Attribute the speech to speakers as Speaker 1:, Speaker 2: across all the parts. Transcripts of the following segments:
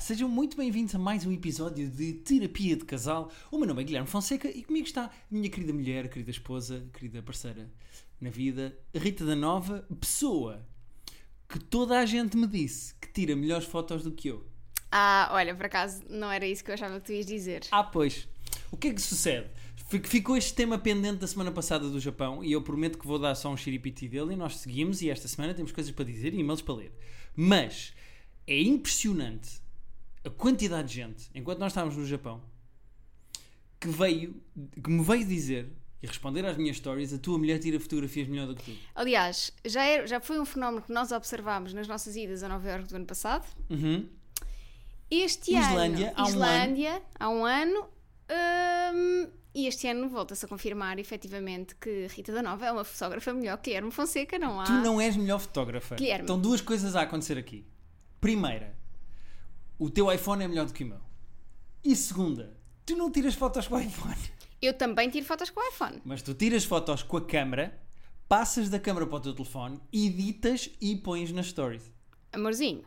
Speaker 1: Sejam muito bem-vindos a mais um episódio de Terapia de Casal. O meu nome é Guilherme Fonseca e comigo está a minha querida mulher, querida esposa, querida parceira na vida, Rita da Nova, pessoa que toda a gente me disse que tira melhores fotos do que eu.
Speaker 2: Ah, olha, por acaso não era isso que eu achava que tu ias dizer.
Speaker 1: Ah, pois. O que é que sucede? Fic- Ficou este tema pendente da semana passada do Japão e eu prometo que vou dar só um xiripiti dele e nós seguimos e esta semana temos coisas para dizer e e-mails para ler. Mas é impressionante a quantidade de gente, enquanto nós estávamos no Japão, que veio, que me veio dizer e responder às minhas stories, a tua mulher tira fotografias melhor do que tu.
Speaker 2: Aliás, já, era- já foi um fenómeno que nós observámos nas nossas idas a Nova Iorque do ano passado.
Speaker 1: Uhum.
Speaker 2: Este
Speaker 1: Islândia,
Speaker 2: ano,
Speaker 1: há um
Speaker 2: Islândia, há um ano. hum, e este ano volta-se a confirmar, efetivamente, que Rita da Nova é uma fotógrafa melhor que Guilherme Fonseca, não há?
Speaker 1: Tu não és melhor fotógrafa.
Speaker 2: Ah. Guilherme.
Speaker 1: Estão duas coisas a acontecer aqui. Primeira, o teu iPhone é melhor do que o meu. E segunda, tu não tiras fotos com o iPhone.
Speaker 2: Eu também tiro fotos com o iPhone.
Speaker 1: Mas tu tiras fotos com a câmera, passas da câmera para o teu telefone, editas e pões nas stories.
Speaker 2: Amorzinho,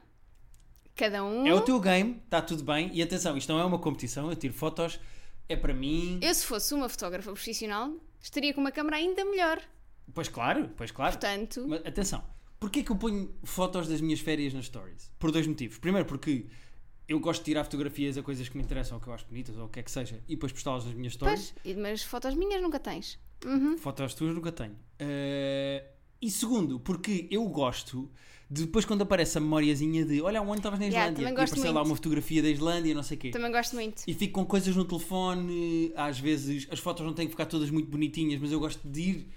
Speaker 2: cada um...
Speaker 1: É o teu game, está tudo bem. E atenção, isto não é uma competição, eu tiro fotos, é para mim.
Speaker 2: Eu, se fosse uma fotógrafa profissional, estaria com uma câmera ainda melhor.
Speaker 1: Pois claro, pois claro.
Speaker 2: Portanto,
Speaker 1: Mas atenção, porquê que eu ponho fotos das minhas férias nas stories? Por dois motivos. Primeiro, porque eu gosto de tirar fotografias a coisas que me interessam, ou que eu acho bonitas, ou o que é que seja, e depois postá-las nas minhas stories.
Speaker 2: pois, e- mas fotos minhas nunca tens. Uhum.
Speaker 1: Fotos tuas nunca tenho. Eh, e segundo, porque eu gosto de depois quando aparece a memóriazinha de olha, há um ano estavas na
Speaker 2: Yeah,
Speaker 1: Islândia,
Speaker 2: também
Speaker 1: e
Speaker 2: gosto
Speaker 1: apareceu lá
Speaker 2: muito.
Speaker 1: uma fotografia da Islândia, não sei o quê.
Speaker 2: Também gosto muito.
Speaker 1: E fico com coisas no telefone, às vezes as fotos não têm que ficar todas muito bonitinhas, mas eu gosto de ir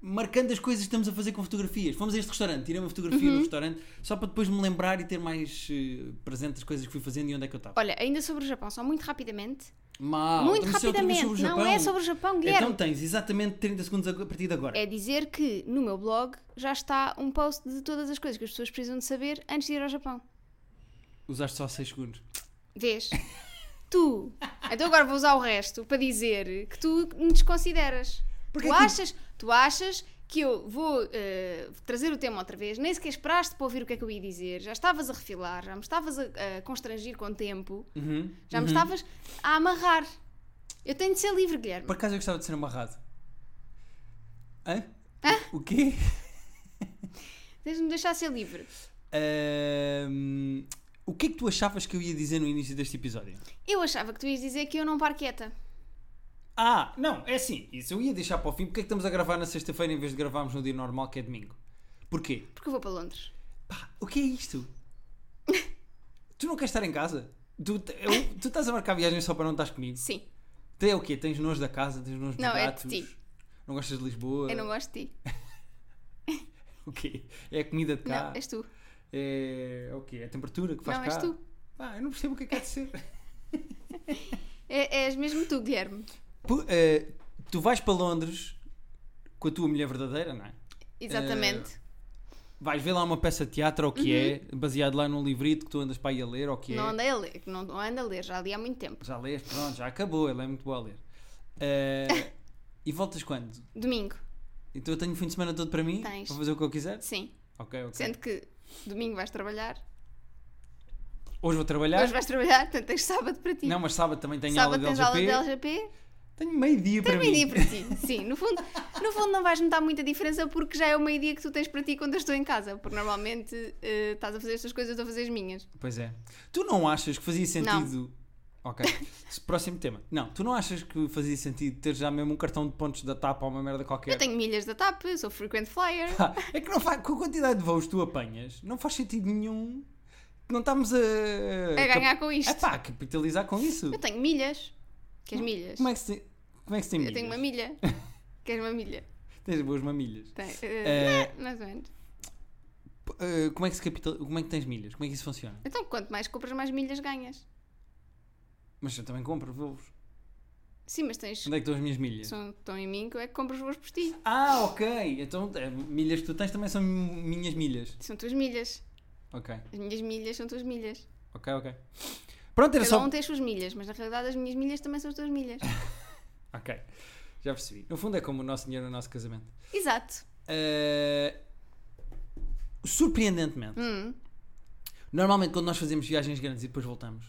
Speaker 1: marcando as coisas que estamos a fazer com fotografias. Fomos a este restaurante, tirei uma fotografia
Speaker 2: Uhum.
Speaker 1: no restaurante, só para depois me lembrar e ter mais eh, presente as coisas que fui fazendo e onde é que eu estava.
Speaker 2: Olha, ainda sobre o Japão, só muito rapidamente.
Speaker 1: Mal,
Speaker 2: muito
Speaker 1: estamos a ser é outra vez
Speaker 2: rapidamente,
Speaker 1: sobre o
Speaker 2: não
Speaker 1: Japão.
Speaker 2: é sobre o Japão, Guilherme.
Speaker 1: Então tens exatamente 30 segundos a partir de agora.
Speaker 2: É dizer que no meu blog já está um post de todas as coisas que as pessoas precisam de saber antes de ir ao Japão.
Speaker 1: Usaste só 6 segundos.
Speaker 2: Vês? tu. Então agora vou usar o resto para dizer que tu me desconsideras.
Speaker 1: Porquê
Speaker 2: tu
Speaker 1: que-
Speaker 2: achas, tu achas que eu vou eh, trazer o tema outra vez, nem sequer esperaste para ouvir o que é que eu ia dizer, já estavas a refilar, já me estavas a, a constrangir com o tempo,
Speaker 1: Uhum.
Speaker 2: já me estavas a amarrar. Eu tenho de ser livre, Guilherme.
Speaker 1: Por acaso eu gostava de ser amarrado. Hã? O quê?
Speaker 2: Tens de me deixar ser livre.
Speaker 1: Ahm, o que é que tu achavas que eu ia dizer no início deste episódio?
Speaker 2: Eu achava que tu ias dizer que eu não paro quieta.
Speaker 1: Ah, não, é assim, isso eu ia deixar para o fim. Porque é que estamos a gravar na sexta-feira em vez de gravarmos no dia normal, que é domingo? Porquê?
Speaker 2: Porque eu vou para Londres.
Speaker 1: Pá, o que é isto? tu não queres estar em casa? Tu, te- eu- tu estás a marcar viagens só para não estás comigo?
Speaker 2: Sim,
Speaker 1: Tu é o quê? Tens nojo da casa? Tens nojo de
Speaker 2: Não, é de
Speaker 1: gatos?
Speaker 2: ti.
Speaker 1: Não gostas de Lisboa?
Speaker 2: eu não gosto de ti.
Speaker 1: O quê? É a comida de cá?
Speaker 2: Não, és tu.
Speaker 1: É o quê? É a temperatura que faz
Speaker 2: Não,
Speaker 1: cá?
Speaker 2: és tu.
Speaker 1: Ah, eu não percebo o que é que há de ser.
Speaker 2: É, és mesmo tu, Guilherme.
Speaker 1: Pu- eh, tu vais para Londres com a tua mulher verdadeira, não é? Ah,
Speaker 2: Exatamente.
Speaker 1: Vais ver lá uma peça de teatro, ou o que é, baseado lá num livrito que tu andas para aí a ler, ou o que
Speaker 2: Uhum. Não
Speaker 1: é.
Speaker 2: andei a ler, não, não ando a ler, já li há muito tempo.
Speaker 1: Já leste, pronto, já acabou, ele é muito boa a ler. Eh, e voltas quando?
Speaker 2: Domingo,
Speaker 1: Então eu tenho o fim de semana todo para mim?
Speaker 2: Tens.
Speaker 1: Para fazer o que eu quiser?
Speaker 2: sim.
Speaker 1: Ok, ok.
Speaker 2: Sendo que domingo vais trabalhar,
Speaker 1: Hoje vou trabalhar?
Speaker 2: hoje vais trabalhar, portanto tens sábado para ti.
Speaker 1: Não, mas sábado também tenho
Speaker 2: sábado
Speaker 1: aula
Speaker 2: tens
Speaker 1: de
Speaker 2: aula
Speaker 1: LGP.
Speaker 2: de LGP,
Speaker 1: Tenho meio-dia para
Speaker 2: tens meio-dia
Speaker 1: mim.
Speaker 2: para ti. Sim, no fundo, no fundo não vais notar muita diferença porque já é o meio-dia que tu tens para ti quando eu estou em casa. Porque normalmente eh, estás a fazer estas coisas, eu estou a fazer as minhas.
Speaker 1: Pois é. Tu não achas que fazia sentido. Ok. Próximo tema. Não, tu não achas que fazia sentido ter já mesmo um cartão de pontos da TAP ou uma merda qualquer?
Speaker 2: Eu tenho milhas da TAP, sou frequent flyer.
Speaker 1: Pá, É que não faz, com a quantidade de voos que tu apanhas, não faz sentido nenhum. Não estamos a.
Speaker 2: A ganhar com isto.
Speaker 1: É pá, capitalizar com isso.
Speaker 2: Eu tenho milhas. Queres milhas?
Speaker 1: Como é que se tem, como é que se tem
Speaker 2: Eu tenho uma
Speaker 1: milhas?
Speaker 2: milha. Queres uma milha?
Speaker 1: Tens boas mamilhas.
Speaker 2: Tem, eh,
Speaker 1: Eh,
Speaker 2: não, mais ou menos.
Speaker 1: P- eh, como, é que se capital, como é que tens milhas? Como é que isso funciona?
Speaker 2: Então, quanto mais compras, mais milhas ganhas.
Speaker 1: Mas eu também compro voos.
Speaker 2: Sim, mas tens.
Speaker 1: Onde é que estão as minhas milhas?
Speaker 2: São, estão em mim que eu é que compro os voos por ti.
Speaker 1: Ah, ok. Então, eh, milhas que tu tens também são minhas milhas.
Speaker 2: São tuas milhas.
Speaker 1: Ok,
Speaker 2: As minhas milhas são tuas milhas.
Speaker 1: ok, ok. Pronto, era
Speaker 2: Cada
Speaker 1: só.
Speaker 2: um tem as suas milhas, mas na realidade as minhas milhas também são as tuas milhas.
Speaker 1: Ok, já percebi. No fundo é como o nosso dinheiro no nosso casamento.
Speaker 2: Exato.
Speaker 1: Eh, surpreendentemente.
Speaker 2: Hum.
Speaker 1: Normalmente, quando nós fazemos viagens grandes e depois voltamos,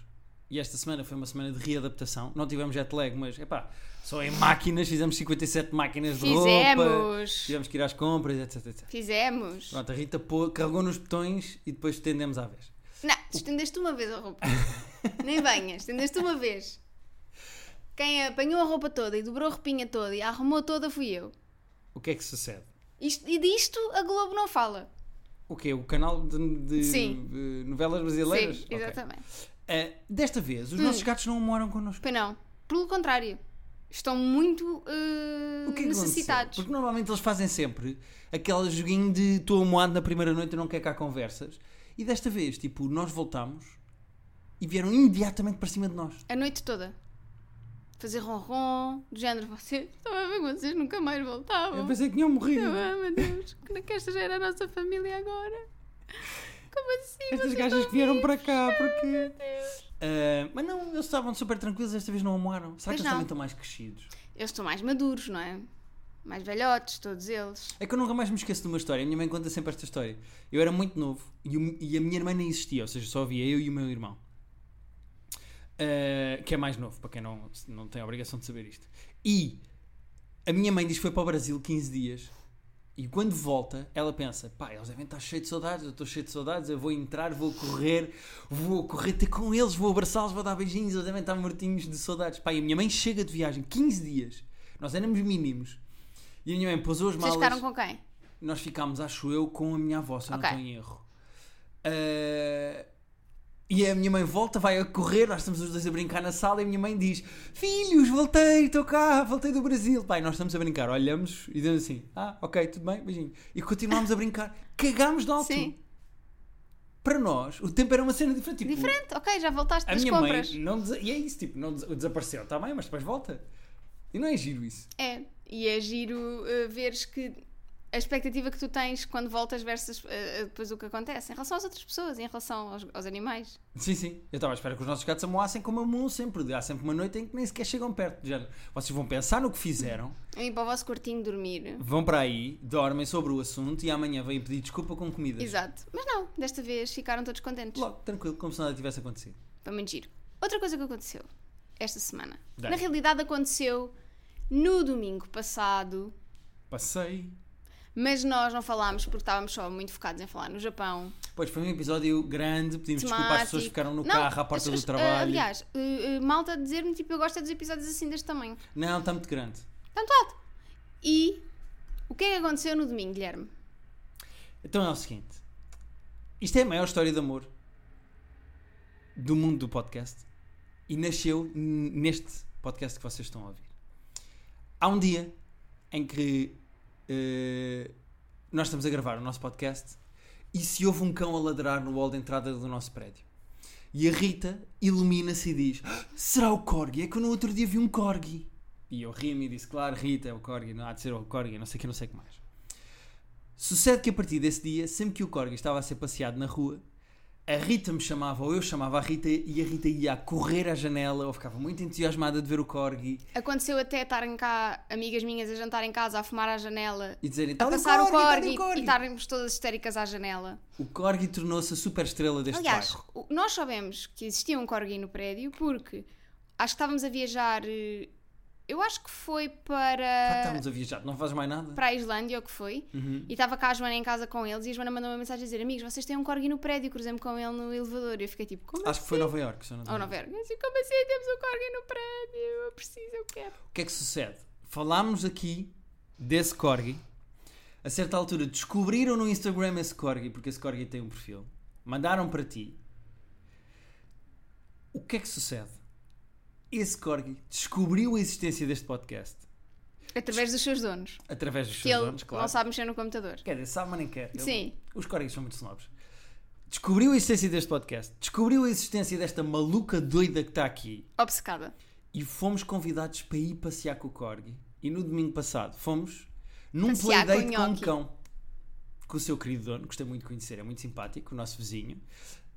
Speaker 1: e esta semana foi uma semana de readaptação, não tivemos jet lag, mas epá, só em máquinas fizemos 57 máquinas de roupa,
Speaker 2: Fizemos!
Speaker 1: tivemos que ir às compras, etc. etc.
Speaker 2: Fizemos!
Speaker 1: Pronto, a Rita pô- carregou nos botões e depois estendemos à vez.
Speaker 2: Não, estendeste uma vez a roupa. Nem venhas, estendeste uma vez. Quem apanhou a roupa toda e dobrou a roupinha toda e a arrumou toda fui eu.
Speaker 1: O que é que sucede?
Speaker 2: Isto- e disto a Globo não fala.
Speaker 1: O quê? O canal de, de-
Speaker 2: Sim.
Speaker 1: de novelas brasileiras?
Speaker 2: Sim,
Speaker 1: Ok.
Speaker 2: exatamente. Hum.
Speaker 1: Ah, desta vez, os nossos gatos não moram connosco.
Speaker 2: Pois não. Pelo contrário. Estão muito eh,
Speaker 1: O que é que
Speaker 2: necessitados.
Speaker 1: aconteceu? Porque normalmente eles fazem sempre aquele joguinho de estou amoado na primeira noite e não quer cá conversas. E desta vez, tipo, nós voltámos e vieram imediatamente para cima de nós.
Speaker 2: A noite toda. Fazer ronron, do género, vocês. Estava a ver que vocês nunca mais
Speaker 1: Eu
Speaker 2: voltavam.
Speaker 1: pensei que tinham morrido.
Speaker 2: Eu amo, Deus, como é que esta já era a nossa família agora? Como assim?
Speaker 1: Estas gajas que vieram para cá, porque. Ah, mas não, eles estavam super tranquilos, desta vez não amoaram. Será
Speaker 2: Pois
Speaker 1: que eles
Speaker 2: não.
Speaker 1: também estão mais crescidos?
Speaker 2: Eles estão mais maduros, não é? Mais velhotes, todos eles.
Speaker 1: É que eu nunca mais me esqueço de uma história. A minha mãe conta sempre esta história. Eu era muito novo e, o- e a minha irmã nem existia, ou seja, só havia eu e o meu irmão. Ah, que é mais novo, para quem não, não tem a obrigação de saber isto. E a minha mãe diz que foi para o Brasil 15 dias. E quando volta, ela pensa: pá, eles devem estar cheios de saudades, eu estou cheio de saudades, eu vou entrar, vou correr, vou correr ter com eles, vou abraçá-los, vou dar beijinhos, eles devem estar mortinhos de saudades. Pá, e a minha mãe chega de viagem 15 dias, nós éramos mínimos, e a minha mãe pousou as
Speaker 2: Vocês
Speaker 1: malas.
Speaker 2: ficaram com quem?
Speaker 1: Nós ficámos, acho eu, com a minha avó, se eu
Speaker 2: Ok.
Speaker 1: não estou em erro. Ah, e a minha mãe volta, vai a correr, nós estamos os dois a brincar na sala e a minha mãe diz: Filhos, voltei, estou cá, voltei do Brasil. Pai, nós estamos a brincar, olhamos e dizemos assim: Ah, ok, tudo bem, beijinho. E continuámos a brincar, cagámos de alto.
Speaker 2: Sim.
Speaker 1: Para nós, o tempo era uma cena diferente. tipo,
Speaker 2: Diferente, ok, já voltaste
Speaker 1: A
Speaker 2: das
Speaker 1: minha
Speaker 2: compras.
Speaker 1: mãe, não desa- e é isso, tipo, não desa- desapareceu, está bem, mas depois volta. E não é giro isso.
Speaker 2: É, e é giro eh, veres que a expectativa que tu tens quando voltas versus eh, eh, depois o que acontece em relação às outras pessoas, em relação aos, aos animais.
Speaker 1: Sim, sim. Eu estava à espera que os nossos gatos amoassem como amuam sempre. Há sempre uma noite em que nem sequer chegam perto. De género. Vocês vão pensar no que fizeram,
Speaker 2: E para o vosso quartinho dormir.
Speaker 1: vão para aí, dormem sobre o assunto e amanhã vêm pedir desculpa com comida.
Speaker 2: Exato. Mas não, desta vez ficaram todos contentes.
Speaker 1: Logo, tranquilo, como se nada tivesse acontecido.
Speaker 2: Foi muito giro. Outra coisa que aconteceu esta semana.
Speaker 1: Dá.
Speaker 2: Na realidade aconteceu no domingo passado,
Speaker 1: Passei.
Speaker 2: mas nós não falámos porque estávamos só muito focados em falar no Japão.
Speaker 1: Pois foi um episódio grande, pedimos desculpa às pessoas que ficaram no
Speaker 2: Não,
Speaker 1: carro à porta
Speaker 2: as-
Speaker 1: do
Speaker 2: as-
Speaker 1: trabalho.
Speaker 2: aliás, eh, eh, malta a dizer-me, tipo, eu gosto é dos episódios assim deste tamanho.
Speaker 1: Não, está muito grande.
Speaker 2: Tanto alto. E o que é que aconteceu no domingo, Guilherme?
Speaker 1: Então é o seguinte: isto é a maior história de amor do mundo do podcast e nasceu n- neste podcast que vocês estão a ouvir. Há um dia em que eh, nós estamos a gravar o nosso podcast e se houve um cão a ladrar no wall de entrada do nosso prédio. E a Rita ilumina-se e diz: "Ah, Será o Corgi? É que eu no outro dia vi um Corgi. E eu ri-me e disse: Claro, Rita, é o Corgi, não há de ser o Corgi, não sei o que, não sei o que mais. Sucede que a partir desse dia, sempre que o Corgi estava a ser passeado na rua, a Rita me chamava, ou eu chamava a Rita, e a Rita ia a correr à janela, ou ficava muito entusiasmada de ver o Corgi,
Speaker 2: Aconteceu até estarem cá amigas minhas a jantar em casa, a fumar à janela,
Speaker 1: e dizerem,
Speaker 2: a
Speaker 1: está
Speaker 2: passar
Speaker 1: o Corgi,
Speaker 2: o
Speaker 1: está o
Speaker 2: corgi e
Speaker 1: Corgi.
Speaker 2: estarmos todas histéricas à janela.
Speaker 1: O Corgi tornou-se a super estrela deste
Speaker 2: Aliás,
Speaker 1: bairro.
Speaker 2: o- nós sabemos que existia um corgi no prédio porque acho que estávamos a viajar. eh, Eu acho que foi
Speaker 1: Ah,
Speaker 2: para.
Speaker 1: estávamos a viajar, não fazes mais nada?
Speaker 2: para a Islândia, ou o que foi,
Speaker 1: Uhum.
Speaker 2: e estava cá a Joana em casa com eles. E a Joana mandou uma mensagem a dizer: Amigos, vocês têm um corgi no prédio, cruzei-me com ele no elevador. E eu fiquei tipo: Como
Speaker 1: Acho que foi Nova Iorque, se eu não
Speaker 2: Ou
Speaker 1: estou
Speaker 2: não verga. Assim, como assim temos um corgi no prédio? Eu preciso, eu quero.
Speaker 1: O que é que sucede? Falámos aqui desse corgi. A certa altura descobriram no Instagram esse corgi, porque esse corgi tem um perfil. Mandaram para ti. O que é que sucede? Esse corgi descobriu a existência deste podcast
Speaker 2: Através dos seus donos.
Speaker 1: através dos
Speaker 2: Que
Speaker 1: seus
Speaker 2: ele
Speaker 1: donos, claro.
Speaker 2: não sabe mexer no computador.
Speaker 1: Quer dizer, sabe, mas nem quer. Ele-
Speaker 2: Sim.
Speaker 1: Os corgis são muito snobs. Descobriu a existência deste podcast. Descobriu a existência desta maluca doida que está aqui.
Speaker 2: Obcecada.
Speaker 1: E fomos convidados para ir passear com o Corgi. E no domingo passado fomos num
Speaker 2: Passear com o
Speaker 1: playdate com, um
Speaker 2: Nhoque.
Speaker 1: cão. Com o seu querido dono, gostei muito de conhecer, é muito simpático, o nosso vizinho.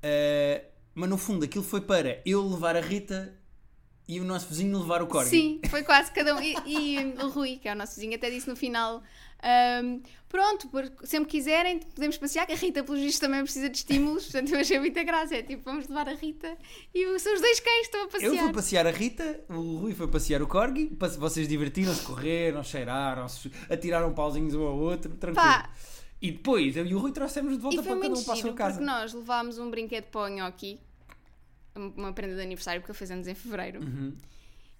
Speaker 1: Eh, mas no fundo aquilo foi para eu levar a Rita e o nosso vizinho levar o Corgi.
Speaker 2: Sim, foi quase cada um. E, e o Rui, que é o nosso vizinho, até disse no final: Ahm, pronto, porque sempre quiserem, podemos passear, que a Rita, pelos vistos, também precisa de estímulos, portanto eu achei muita graça. É tipo, vamos levar a Rita e são os dois cães que estão a passear.
Speaker 1: Eu fui passear a Rita, o Rui foi passear o Corgi, passe- vocês divertiram-se, correram, cheiraram-se, atiraram pauzinhos um ao outro, tranquilo.
Speaker 2: Pá.
Speaker 1: E depois, eu e o Rui trouxemos de volta
Speaker 2: E
Speaker 1: para
Speaker 2: foi
Speaker 1: cada
Speaker 2: muito
Speaker 1: um para a
Speaker 2: giro,
Speaker 1: sua casa.
Speaker 2: porque nós levámos um brinquedo para o Nhoqui, uma prenda de aniversário, porque ele fez anos em fevereiro.
Speaker 1: Uhum.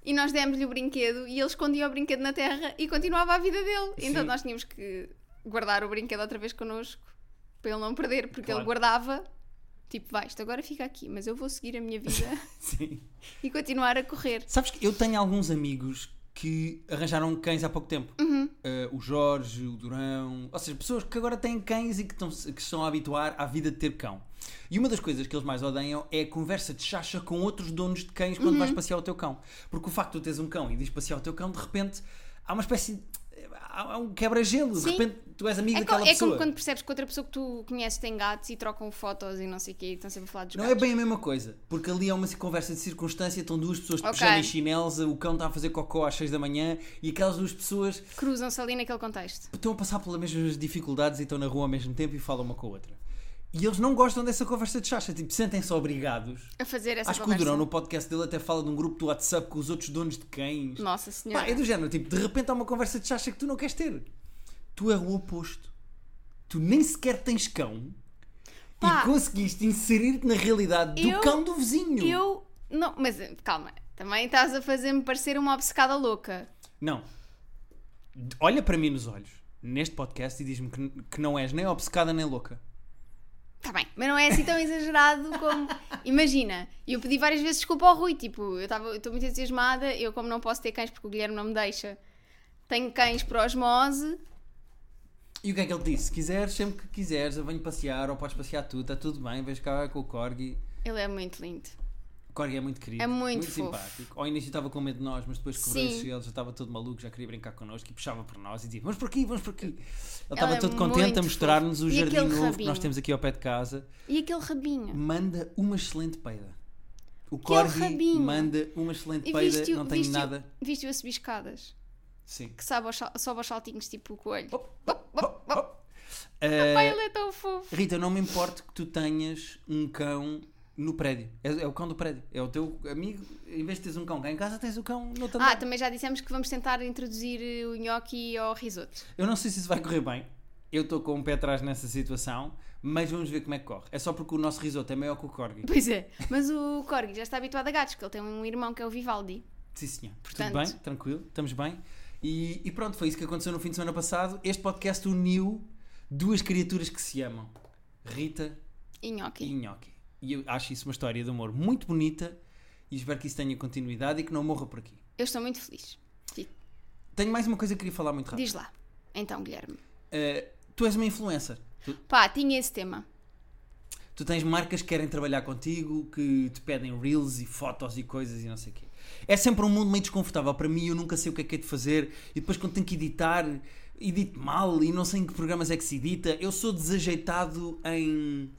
Speaker 2: E nós demos-lhe o brinquedo e ele escondia o brinquedo na terra e continuava a vida dele. Então
Speaker 1: Sim.
Speaker 2: nós tínhamos que guardar o brinquedo outra vez connosco, para ele não perder, porque
Speaker 1: Claro.
Speaker 2: ele guardava. Tipo, vai, isto agora fica aqui, mas eu vou seguir a minha vida
Speaker 1: Sim.
Speaker 2: e continuar a correr.
Speaker 1: Sabes que eu tenho alguns amigos que arranjaram cães há pouco tempo.
Speaker 2: Uhum.
Speaker 1: Eh, o Jorge, o Durão, ou seja, pessoas que agora têm cães e que, estão, que se estão a habituar à vida de ter cão. E uma das coisas que eles mais odeiam é a conversa de chacha com outros donos de cães quando
Speaker 2: Uhum.
Speaker 1: vais passear o teu cão. Porque o facto de tu teres um cão e dires passear o teu cão, de repente há uma espécie de. há há um quebra-gelo. De
Speaker 2: Sim.
Speaker 1: repente tu és amigo
Speaker 2: É, co-
Speaker 1: daquela
Speaker 2: é
Speaker 1: pessoa.
Speaker 2: como quando percebes que outra pessoa que tu conheces tem gatos e trocam fotos e não sei o quê e estão sempre a falar dos
Speaker 1: Não é
Speaker 2: gatos.
Speaker 1: bem a mesma coisa, porque ali é uma conversa de circunstância, estão duas pessoas de
Speaker 2: Ok.
Speaker 1: pijama e chinelos, o cão está a fazer cocó às 6 da manhã e aquelas duas pessoas
Speaker 2: Cruzam-se ali naquele contexto.
Speaker 1: estão a passar pelas mesmas dificuldades e estão na rua ao mesmo tempo e falam uma com a outra. E eles não gostam dessa conversa de chacha, tipo, sentem-se obrigados.
Speaker 2: A fazer essa
Speaker 1: Acho que o
Speaker 2: conversa.
Speaker 1: Durão no podcast dele até fala de um grupo do WhatsApp com os outros donos de cães.
Speaker 2: Nossa senhora.
Speaker 1: Pá, é do género, tipo, de repente há uma conversa de chacha que tu não queres ter. Tu é o oposto. Tu nem sequer tens cão
Speaker 2: Pá.
Speaker 1: e conseguiste inserir-te na realidade do
Speaker 2: Eu-
Speaker 1: cão do vizinho.
Speaker 2: Eu. Não, mas eh, calma, também estás a fazer-me parecer uma obcecada louca.
Speaker 1: Não. D- Olha para mim nos olhos, neste podcast, e diz-me que, n- que não és nem obcecada nem louca.
Speaker 2: Está bem, mas não é assim tão exagerado como. Imagina, eu pedi várias vezes desculpa ao Rui, tipo, eu estava- eu estou muito entusiasmada, eu como não posso ter cães porque o Guilherme não me deixa, tenho cães por osmose,
Speaker 1: E o que é que ele disse? Se quiseres, sempre que quiseres, eu venho passear, ou podes passear tu, está tudo bem, vens cá com o Corgi.
Speaker 2: ele é muito lindo.
Speaker 1: O Corgi é muito querido,
Speaker 2: É muito fofo.
Speaker 1: simpático. Ao início estava com medo de nós, mas depois cobrei-se
Speaker 2: Sim.
Speaker 1: ele já estava todo maluco, já queria brincar connosco e puxava por nós e dizia: Vamos por aqui, vamos por aqui. Ele estava
Speaker 2: é
Speaker 1: todo
Speaker 2: muito
Speaker 1: contente a
Speaker 2: fofo.
Speaker 1: mostrar-nos o
Speaker 2: E
Speaker 1: jardim
Speaker 2: aquele
Speaker 1: novo que nós
Speaker 2: rabinho?
Speaker 1: temos aqui ao pé de casa.
Speaker 2: E aquele rabinho.
Speaker 1: Manda uma excelente peida. O
Speaker 2: Aquele
Speaker 1: Corgi
Speaker 2: rabinho.
Speaker 1: manda uma excelente
Speaker 2: E
Speaker 1: peida,
Speaker 2: viste-o
Speaker 1: não tenho
Speaker 2: viste-o-
Speaker 1: nada.
Speaker 2: viste-o a subir escadas,
Speaker 1: Sim.
Speaker 2: que sobe aos, sal- sobe aos saltinhos, tipo com o olho.
Speaker 1: Hop, hop, hop, hop. Eh,
Speaker 2: Pai, ele é tão fofo.
Speaker 1: Rita, eu não me importo que tu tenhas um cão no prédio. É, é o cão do prédio. É o teu amigo. Em vez de teres um cão cá em casa, tens o cão no outro
Speaker 2: Ah,
Speaker 1: andar.
Speaker 2: também já dissemos que vamos tentar introduzir eh, o nhoque ao risoto.
Speaker 1: Eu não sei se isso vai correr bem. Eu estou com um pé atrás nessa situação, mas vamos ver como é que corre. É só porque o nosso risoto é maior que o corgi.
Speaker 2: Pois é, mas o Corgi já está habituado a gatos, que ele tem um irmão que é o Vivaldi.
Speaker 1: Sim, senhor.
Speaker 2: Portanto-
Speaker 1: Tudo bem, tranquilo, estamos bem. E, e pronto, foi isso que aconteceu no fim de semana passado. Este podcast uniu duas criaturas que se amam: Rita
Speaker 2: E
Speaker 1: e
Speaker 2: Nhoque.
Speaker 1: Nhoque. E eu acho isso uma história de amor muito bonita e espero que isso tenha continuidade e que não morra por aqui.
Speaker 2: Eu estou muito feliz. Fico.
Speaker 1: Tenho mais uma coisa que queria falar muito rápido.
Speaker 2: Diz lá. Então, Guilherme.
Speaker 1: Eh, tu és uma influencer. Tu,
Speaker 2: Pá, tinha esse tema.
Speaker 1: tu tens marcas que querem trabalhar contigo, que te pedem reels e fotos e coisas e não sei o quê. É sempre um mundo meio desconfortável para mim, eu nunca sei o que é que é de fazer e depois quando tenho que editar, edito mal e não sei em que programas é que se edita. Eu sou desajeitado em.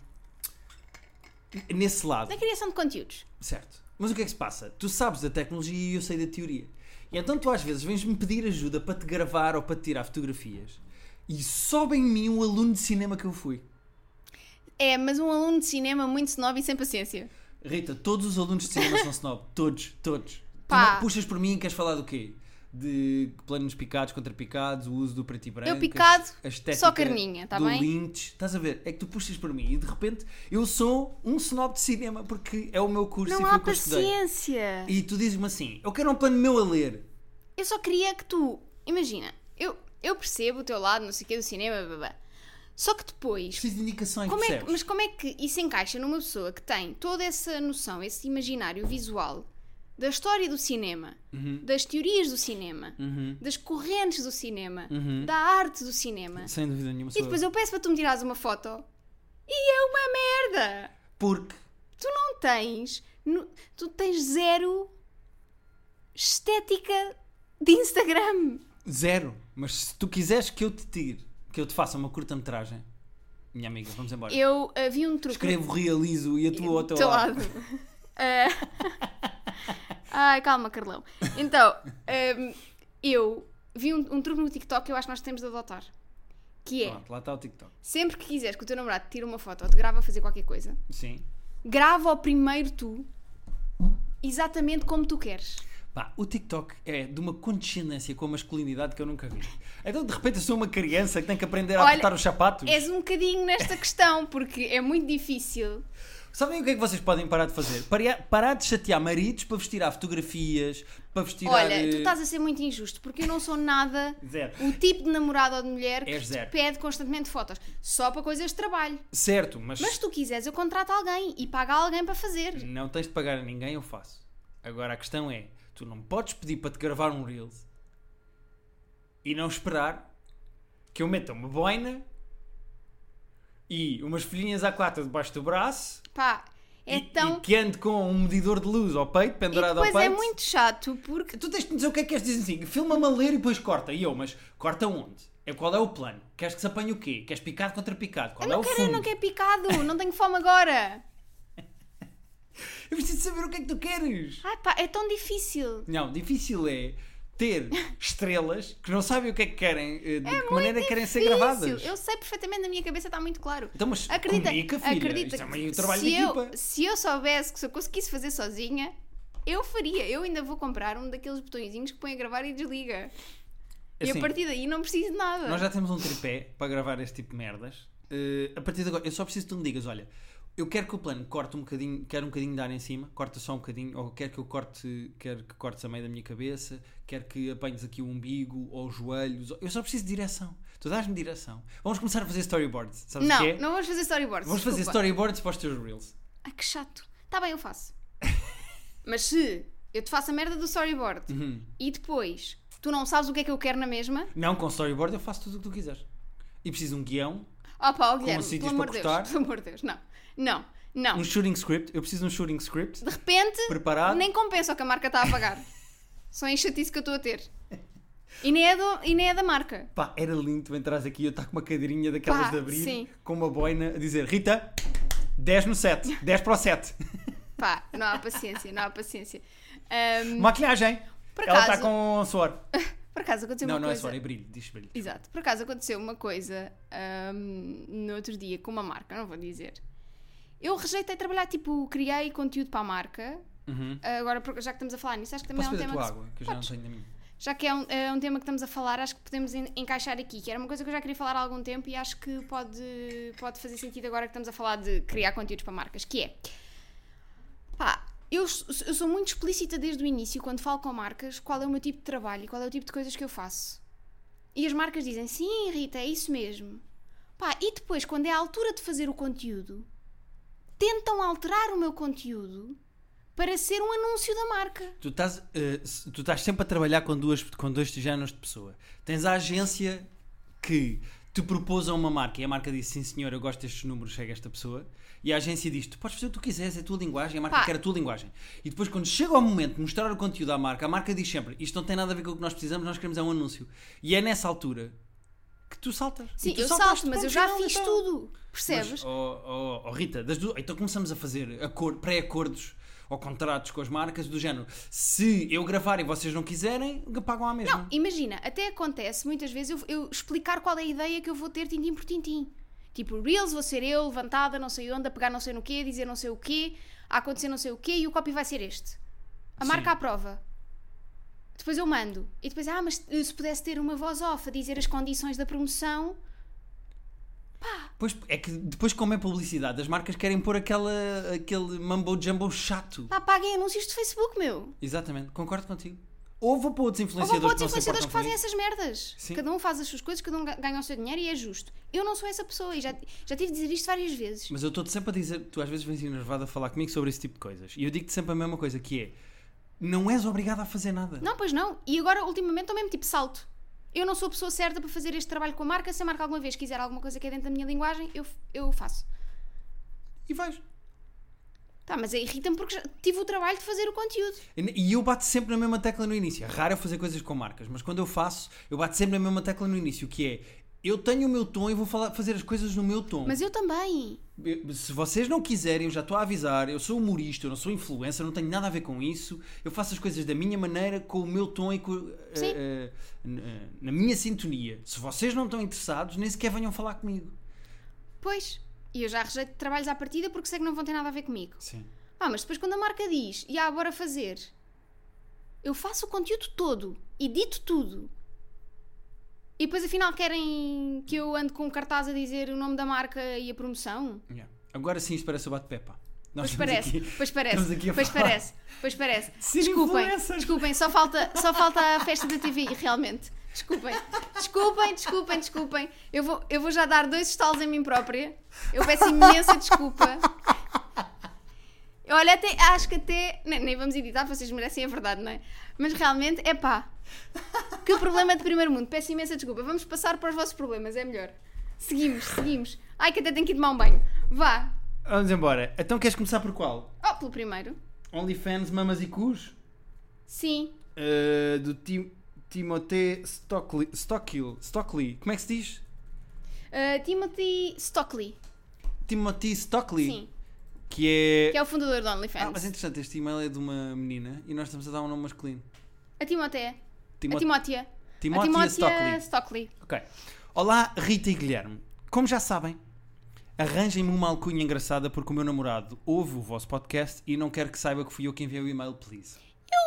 Speaker 1: nesse lado.
Speaker 2: Na criação de conteúdos.
Speaker 1: Certo. Mas o que é que se passa? Tu sabes da tecnologia e eu sei da teoria. E então tu às vezes vens-me pedir ajuda para te gravar ou para te tirar fotografias e sobe em mim o aluno de cinema que eu fui.
Speaker 2: É, mas um aluno de cinema muito snob e sem paciência.
Speaker 1: Rita, todos os alunos de cinema são snob. Todos, todos. Tu
Speaker 2: Pá.
Speaker 1: não puxas por mim e queres falar do quê? De planos picados, contra picados, o uso do preto e branco.
Speaker 2: Eu picado,
Speaker 1: a estética
Speaker 2: só carninha, tá
Speaker 1: do
Speaker 2: bem?
Speaker 1: Lynch. Estás a ver? É que tu puxas por mim e de repente eu sou um snob de cinema porque é o meu curso e
Speaker 2: Não
Speaker 1: foi
Speaker 2: há
Speaker 1: o que eu estudei.
Speaker 2: paciência.
Speaker 1: E tu dizes-me assim: eu quero um plano meu a ler.
Speaker 2: Eu só queria que tu. Imagina, eu, eu percebo o teu lado, não sei o que, do cinema, babá. Só que depois.
Speaker 1: Preciso de indicações,
Speaker 2: Como é que-
Speaker 1: percebes?
Speaker 2: mas como é que isso encaixa numa pessoa que tem toda essa noção, esse imaginário visual da história do cinema,
Speaker 1: Uhum,
Speaker 2: das teorias do cinema, das correntes do cinema, da arte do cinema?
Speaker 1: uhum. Sem dúvida nenhuma.
Speaker 2: E
Speaker 1: sou
Speaker 2: depois
Speaker 1: eu.
Speaker 2: eu peço para tu me tirares uma foto e é uma merda!
Speaker 1: Porque
Speaker 2: Tu não tens. nu- Tu tens zero estética de Instagram.
Speaker 1: zero. Mas se tu quiseres que eu te tire, que eu te faça uma curta-metragem, minha amiga, vamos embora.
Speaker 2: Eu ah, vi um truque.
Speaker 1: Escrevo, realizo e atuo ao teu
Speaker 2: teu
Speaker 1: lado.
Speaker 2: lado. Ah. Ai, calma, Carlão. Então, hum, ehm, eu vi um, um truque no TikTok que eu acho que nós temos de adotar. Que é,
Speaker 1: Pronto, lá está o TikTok.
Speaker 2: sempre que quiseres que o teu namorado te tire uma foto ou te grava a fazer qualquer coisa,
Speaker 1: Sim.
Speaker 2: grava o primeiro tu, exatamente como tu queres.
Speaker 1: Pá, o TikTok é de uma condescendência com a masculinidade que eu nunca vi. Então, de repente, eu sou uma criança que tem que aprender a
Speaker 2: Olha,
Speaker 1: apertar os sapatos.
Speaker 2: És um bocadinho nesta questão, porque é muito difícil.
Speaker 1: Sabem o que é que vocês podem parar de fazer? Paria- Parar de chatear maridos para vos tirar fotografias, para vos tirar.
Speaker 2: Olha,
Speaker 1: eh,
Speaker 2: tu estás a ser muito injusto, porque eu não sou nada
Speaker 1: Zero.
Speaker 2: o tipo de namorado ou de mulher que
Speaker 1: És
Speaker 2: te
Speaker 1: zero.
Speaker 2: pede constantemente fotos, só para coisas de trabalho.
Speaker 1: eh, Certo, mas,
Speaker 2: Mas se tu quiseres, eu contrato alguém e pago a alguém para fazer.
Speaker 1: não tens de pagar a ninguém, eu faço. Agora a questão é: tu não podes pedir para te gravar um Reels e não esperar que eu meta uma boina e umas folhinhas A4 debaixo do braço
Speaker 2: Pá, é
Speaker 1: e,
Speaker 2: tão.
Speaker 1: e que ande com um medidor de luz ao peito,
Speaker 2: E,
Speaker 1: pendurado
Speaker 2: depois
Speaker 1: ao
Speaker 2: é
Speaker 1: peito.
Speaker 2: muito chato, porque.
Speaker 1: Tu tens de me dizer o que é que queres dizer assim. Filma-me a ler e depois corta. E eu, mas corta onde? É qual é o plano? Queres que se apanhe o quê? Queres picado contra picado? Qual
Speaker 2: Eu
Speaker 1: é
Speaker 2: não
Speaker 1: o
Speaker 2: quero, eu
Speaker 1: fundo?
Speaker 2: não quero picado, não tenho fome agora.
Speaker 1: Eu preciso saber o que é que tu queres.
Speaker 2: Ai pá, é tão difícil.
Speaker 1: Não, difícil é ter estrelas que não sabem o que é que querem, eh, de que maneira querem ser
Speaker 2: Difícil.
Speaker 1: gravadas.
Speaker 2: Eu sei perfeitamente, na minha cabeça está muito claro.
Speaker 1: Então, mas
Speaker 2: Acredita,
Speaker 1: comunica, filha.
Speaker 2: acredita
Speaker 1: Isto é
Speaker 2: que
Speaker 1: meio trabalho
Speaker 2: se,
Speaker 1: de
Speaker 2: eu,
Speaker 1: equipa.
Speaker 2: se eu soubesse que se eu conseguisse fazer sozinha, eu faria. Eu ainda vou comprar um daqueles botõezinhos que põe a gravar e desliga. e
Speaker 1: Assim,
Speaker 2: a partir daí não preciso de nada.
Speaker 1: Nós já temos um tripé para gravar este tipo de merdas. Eh, a partir de agora, eu só preciso que tu me digas: olha, eu quero que o plano corte um bocadinho, quero um bocadinho de ar em cima, corta só um bocadinho, ou quero que eu corte, quero que cortes a meio da minha cabeça, quero que apanhes aqui o umbigo ou os joelhos. Eu só preciso de direção. Tu dás-me direção. Vamos começar a fazer storyboards. Sabes o
Speaker 2: Não,
Speaker 1: que é?
Speaker 2: não vamos fazer storyboards.
Speaker 1: Vamos fazer
Speaker 2: desculpa.
Speaker 1: storyboards para os teus reels.
Speaker 2: Ai que chato. Tá bem, eu faço. Mas se eu te faço a merda do storyboard
Speaker 1: Uhum.
Speaker 2: e depois tu não sabes o que é que eu quero na mesma,
Speaker 1: Não, com storyboard eu faço tudo o que tu quiseres. E preciso de um guião,
Speaker 2: opa, oh,
Speaker 1: Com
Speaker 2: Guilherme,
Speaker 1: sítios
Speaker 2: pelo amor
Speaker 1: para
Speaker 2: de Deus,
Speaker 1: cortar?
Speaker 2: pelo amor de Deus, não, não, não.
Speaker 1: um shooting script. Eu preciso de um shooting script
Speaker 2: De repente,
Speaker 1: preparado.
Speaker 2: nem compensa o que a marca está a pagar. Só em chatice que eu estou a ter. E nem é, do- e nem é da marca.
Speaker 1: Pá, era lindo tu entrares aqui e eu estar com uma cadeirinha daquelas
Speaker 2: Pá,
Speaker 1: de abrir,
Speaker 2: sim.
Speaker 1: com uma boina, a dizer Rita, 10 no 7, 10 para o 7.
Speaker 2: Pá, não há paciência, não há paciência. Ahm,
Speaker 1: Maquilhagem.
Speaker 2: Por
Speaker 1: Ela
Speaker 2: acaso-
Speaker 1: está com suor.
Speaker 2: por acaso aconteceu
Speaker 1: não,
Speaker 2: uma
Speaker 1: não é
Speaker 2: coisa.
Speaker 1: suor, é brilho, diz brilho.
Speaker 2: Exato. Por acaso aconteceu uma coisa ahm, no outro dia com uma marca, não vou dizer. Eu rejeitei trabalhar, tipo, criei conteúdo para a marca. ah,
Speaker 1: Uhum.
Speaker 2: Agora, porque- já que estamos a falar nisso, acho que também
Speaker 1: Posso
Speaker 2: é um
Speaker 1: beber da
Speaker 2: tema.
Speaker 1: tua
Speaker 2: que se-
Speaker 1: água? Que eu já não
Speaker 2: Podes.
Speaker 1: tenho da minha.
Speaker 2: Já que é um, é um tema que estamos a falar, acho que podemos en- encaixar aqui, que era uma coisa que eu já queria falar há algum tempo e acho que pode, pode fazer sentido agora que estamos a falar de criar conteúdos para marcas, que é pá, eu, s- eu sou muito explícita desde o início quando falo com marcas qual é o meu tipo de trabalho e qual é o tipo de coisas que eu faço. E as marcas dizem, sim, Rita, é isso mesmo. Pá, e depois, quando é a altura de fazer o conteúdo, tentam alterar o meu conteúdo para ser um anúncio da marca.
Speaker 1: Tu estás, eh, se- tu estás sempre a trabalhar com, duas, com dois géneros de pessoa. Tens a agência que te propôs a uma marca e a marca diz sim senhor, eu gosto destes números, chega esta pessoa. E a agência diz, tu podes fazer o que tu quiseres, é a tua linguagem, e a marca
Speaker 2: Pá.
Speaker 1: quer a tua linguagem. E depois quando chega ao momento de mostrar o conteúdo à marca, a marca diz sempre, isto não tem nada a ver com o que nós precisamos, nós queremos é um anúncio. E é nessa altura que tu saltas. E
Speaker 2: Sim,
Speaker 1: tu
Speaker 2: eu
Speaker 1: saltaste,
Speaker 2: salto, mas
Speaker 1: ponto
Speaker 2: eu já
Speaker 1: final,
Speaker 2: fiz
Speaker 1: então.
Speaker 2: tudo.
Speaker 1: Mas,
Speaker 2: Percebes?
Speaker 1: oh, oh, oh, Rita, das duas, então começamos a fazer acor- pré-acordos ou contratos com as marcas do género. Se eu gravar e vocês não quiserem, pagam à mesma.
Speaker 2: Não, imagina, até acontece muitas vezes eu, eu explicar qual é a ideia que eu vou ter tintim por tintim. Tipo, Reels, vou ser eu, levantada, não sei onde, a pegar não sei no quê, a dizer não sei o quê, a acontecer não sei o quê e o copy vai ser este. A
Speaker 1: Sim.
Speaker 2: marca aprova. Depois eu mando. E depois, ah, mas eh, se pudesse ter uma voz off a dizer as condições da promoção,
Speaker 1: Pois é que depois, como é publicidade, as marcas querem pôr aquela, aquele mambo jumbo chato.
Speaker 2: pá, paguem anúncios de Facebook, meu.
Speaker 1: Exatamente, concordo contigo. Ou vou para outros
Speaker 2: Ou vão
Speaker 1: influenciadores,
Speaker 2: para outros
Speaker 1: que, não se
Speaker 2: influenciadores que
Speaker 1: importam
Speaker 2: fazem essas merdas.
Speaker 1: Sim.
Speaker 2: Cada um faz as suas coisas, cada um ga- ganha o seu dinheiro e é justo. Eu não sou essa pessoa e já, já tive de dizer isto várias vezes.
Speaker 1: com isso. Mas eu estou-te sempre a dizer, tu às vezes vens enervado a falar comigo sobre esse tipo de coisas. E eu digo-te sempre a mesma coisa, que é, não és obrigado a fazer nada.
Speaker 2: Não, pois não. E agora, ultimamente, estou mesmo tipo salto. Eu não sou a pessoa certa para fazer este trabalho com a marca. Se a marca alguma vez quiser alguma coisa que é dentro da minha linguagem, eu, eu faço.
Speaker 1: E vais.
Speaker 2: Tá, mas aí irrita-me porque já tive o trabalho de fazer o conteúdo.
Speaker 1: E eu bato sempre na mesma tecla no início. É raro eu fazer coisas com marcas, mas quando eu faço, eu bato sempre na mesma tecla no início, que é Eu tenho o meu tom e vou falar, fazer as coisas no meu tom.
Speaker 2: Mas eu também.
Speaker 1: Eu- Se vocês não quiserem, eu já estou a avisar. Eu sou humorista, eu não sou influencer, não tenho nada a ver com isso. Eu faço as coisas da minha maneira, com o meu tom e com, eh,
Speaker 2: Sim.
Speaker 1: eh, n- eh, na minha sintonia. Se vocês não estão interessados, nem sequer venham falar comigo.
Speaker 2: Pois. E eu já rejeito trabalhos à partida porque sei que não vão ter nada a ver comigo.
Speaker 1: Sim.
Speaker 2: Ah, mas depois quando a marca diz, e ah, bora fazer. Eu faço o conteúdo todo, edito tudo. E depois afinal querem que eu ande com um cartaz a dizer o nome da marca e a promoção?
Speaker 1: Agora sim, isto parece o bate-pepa. Nós
Speaker 2: Pois
Speaker 1: estamos
Speaker 2: parece,
Speaker 1: aqui-
Speaker 2: pois parece,
Speaker 1: estamos aqui a
Speaker 2: pois
Speaker 1: falar.
Speaker 2: parece, pois parece.
Speaker 1: Ser
Speaker 2: Desculpem,
Speaker 1: influencer.
Speaker 2: desculpem, só falta, só falta a festa da TVI, realmente. Desculpem, desculpem, desculpem, desculpem. Eu vou, eu vou já dar dois estalos em mim própria. Eu peço imensa desculpa. Olha, até, acho que até. Nem, nem vamos editar, vocês merecem a verdade, não é? Mas realmente, é pá. Que problema de primeiro mundo. Peço imensa desculpa. Vamos passar para os vossos problemas, é melhor. Seguimos, seguimos. Ai, que até tenho que ir tomar um banho. Vá.
Speaker 1: Vamos embora. Então queres começar por qual?
Speaker 2: Oh, pelo primeiro.
Speaker 1: OnlyFans, Mamas e Cus?
Speaker 2: Sim,
Speaker 1: Eh, do Tim... Timothée Stockley, Stockley, Stockley, como é que se diz?
Speaker 2: Uh, Timothy Stockley,
Speaker 1: Timothy Stockley,
Speaker 2: sim,
Speaker 1: que é...
Speaker 2: que é o fundador do
Speaker 1: Ah, mas
Speaker 2: OnlyFans.
Speaker 1: é interessante, este e-mail é de uma menina e nós estamos a dar um nome masculino.
Speaker 2: a Timothée.
Speaker 1: Timo-
Speaker 2: A Timótea.
Speaker 1: Timothée
Speaker 2: a Timótea
Speaker 1: Stockley.
Speaker 2: Stockley.
Speaker 1: Ok. Olá, Rita e Guilherme. Como já sabem, arranjem-me uma alcunha engraçada porque o meu namorado ouve o vosso podcast e não quer que saiba que fui eu quem enviei o e-mail, please.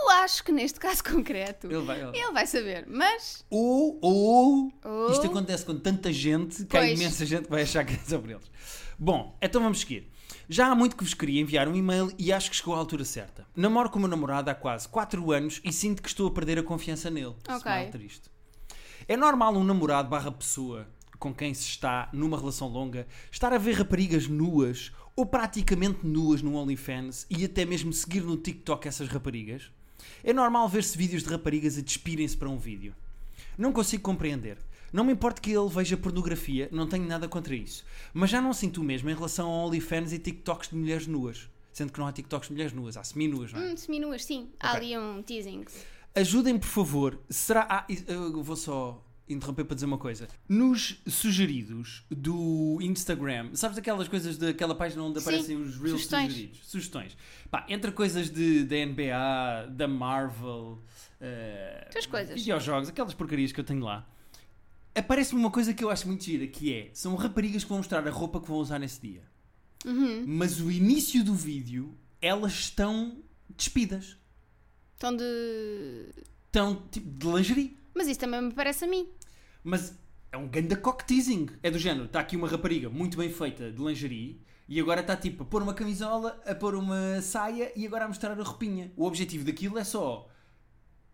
Speaker 2: Eu acho que neste caso concreto ele,
Speaker 1: Ele vai... Ele...
Speaker 2: vai saber, mas
Speaker 1: Ou, ou,
Speaker 2: Ou.
Speaker 1: isto acontece com tanta gente que há
Speaker 2: Pois.
Speaker 1: imensa gente que vai achar que é sobre eles. Bom, então vamos seguir. Já há muito que vos queria enviar um e-mail e acho que chegou à altura certa. Namoro com o meu namorado há quase 4 anos e sinto que estou a perder a confiança nele.
Speaker 2: Ok.
Speaker 1: Smile triste. É normal um namorado barra pessoa com quem se está numa relação longa estar a ver raparigas nuas ou praticamente nuas no OnlyFans e até mesmo seguir no TikTok essas raparigas? É normal ver-se vídeos de raparigas a despirem-se para um vídeo. Não consigo compreender. Não me importa que ele veja pornografia, não tenho nada contra isso. Mas já não sinto o mesmo em relação a OnlyFans e TikToks de mulheres nuas. Sendo que não há TikToks de mulheres nuas, há semi-nuas, não é?
Speaker 2: hum, seminuas, sim. Há ali um teasing.
Speaker 1: Ajudem, por favor. Será. Ah, e- eu vou só interromper para dizer uma coisa. Nos sugeridos do Instagram, sabes aquelas coisas daquela página onde
Speaker 2: Sim,
Speaker 1: aparecem os reels
Speaker 2: sugestões.
Speaker 1: sugeridos? Sugestões. Pá, entre coisas de, da NBA, da Marvel, eh,
Speaker 2: Tuas coisas.
Speaker 1: videojogos, aquelas porcarias que eu tenho lá. Aparece-me uma coisa que eu acho muito gira, que é, são raparigas que vão mostrar a roupa que vão usar nesse dia.
Speaker 2: Uhum.
Speaker 1: Mas o início do vídeo, elas estão despidas.
Speaker 2: Então de.
Speaker 1: Estão tipo de lingerie.
Speaker 2: Mas isso também me parece a mim.
Speaker 1: Mas é um ganda cock teasing. É do género, está aqui uma rapariga muito bem feita de lingerie e agora está tipo a pôr uma camisola, a pôr uma saia e agora a mostrar a roupinha. O objetivo daquilo é só.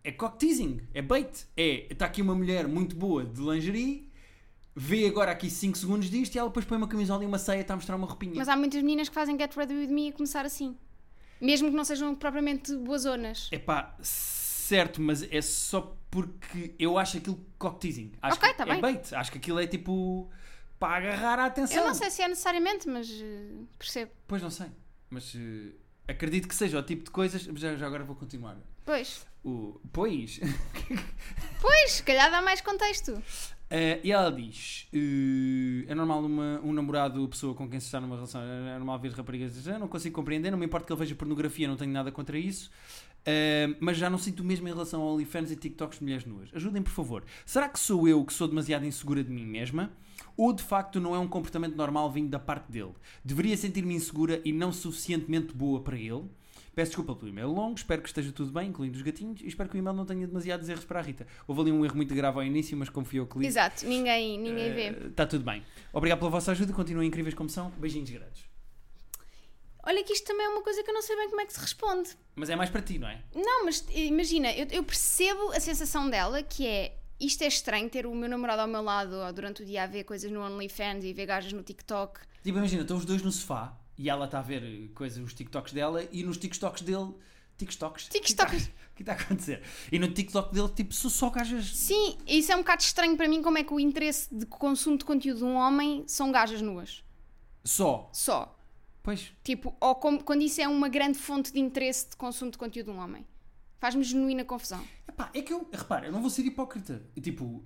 Speaker 1: É cock teasing, é bait. É, está aqui uma mulher muito boa de lingerie, vê agora aqui 5 segundos disto e ela depois põe uma camisola e uma saia e está a mostrar uma roupinha.
Speaker 2: Mas há muitas meninas que fazem Get Ready With Me a começar assim. Mesmo que não sejam propriamente boazonas.
Speaker 1: É pá, certo, mas é só porque eu acho aquilo cock teasing. Acho
Speaker 2: Ok,
Speaker 1: que
Speaker 2: tá
Speaker 1: é
Speaker 2: bem.
Speaker 1: bait. Acho que aquilo é tipo. Para agarrar a atenção.
Speaker 2: Eu não sei se é necessariamente, mas eh, percebo.
Speaker 1: Pois não sei, mas eh, acredito que seja o tipo de coisas. Já, já agora vou continuar.
Speaker 2: Pois.
Speaker 1: O, pois.
Speaker 2: Pois, se calhar dá mais contexto.
Speaker 1: Eh, e ela diz: eh, é normal uma, um namorado, pessoa com quem se está numa relação, é normal ver raparigas. dizer, "Ah, não consigo compreender, não me importa que ele veja pornografia, não tenho nada contra isso. Eh, mas já não sinto o mesmo em relação a OnlyFans e TikToks de mulheres nuas. Ajudem, por favor. Será que sou eu que sou demasiado insegura de mim mesma? Ou de facto não é um comportamento normal vindo da parte dele? Deveria sentir-me insegura e não suficientemente boa para ele? Peço desculpa pelo e-mail longo, espero que esteja tudo bem, incluindo os gatinhos, e espero que o e-mail não tenha demasiados erros para a Rita. Houve ali um erro muito grave ao início, mas confio que li.
Speaker 2: Exato, ninguém, ninguém vê.
Speaker 1: Está Eh, tá tudo bem. Obrigado pela vossa ajuda, continuem incríveis como são. Beijinhos grandes.
Speaker 2: Olha que isto também é uma coisa que eu não sei bem como é que se responde.
Speaker 1: Mas é mais para ti, não é?
Speaker 2: Não, mas eh, imagina, eu, eu percebo a sensação dela, que é isto é estranho ter o meu namorado ao meu lado ou durante o dia a ver coisas no OnlyFans e ver gajas no TikTok.
Speaker 1: Tipo, imagina, estão os dois no sofá e ela está a ver eh, coisas, os TikToks dela e nos TikToks dele. TikToks?
Speaker 2: TikToks.
Speaker 1: O que está a acontecer? E no TikTok dele, tipo, só, só gajas.
Speaker 2: Sim, isso é um bocado estranho para mim, como é que o interesse de consumo de conteúdo de um homem são gajas nuas.
Speaker 1: Só.
Speaker 2: Só.
Speaker 1: Pois.
Speaker 2: Tipo, ou como- quando isso é uma grande fonte de interesse de consumo de conteúdo de um homem. Faz-me genuína confusão.
Speaker 1: Epá, é que eu. Repara, eu não vou ser hipócrita. E, Tipo,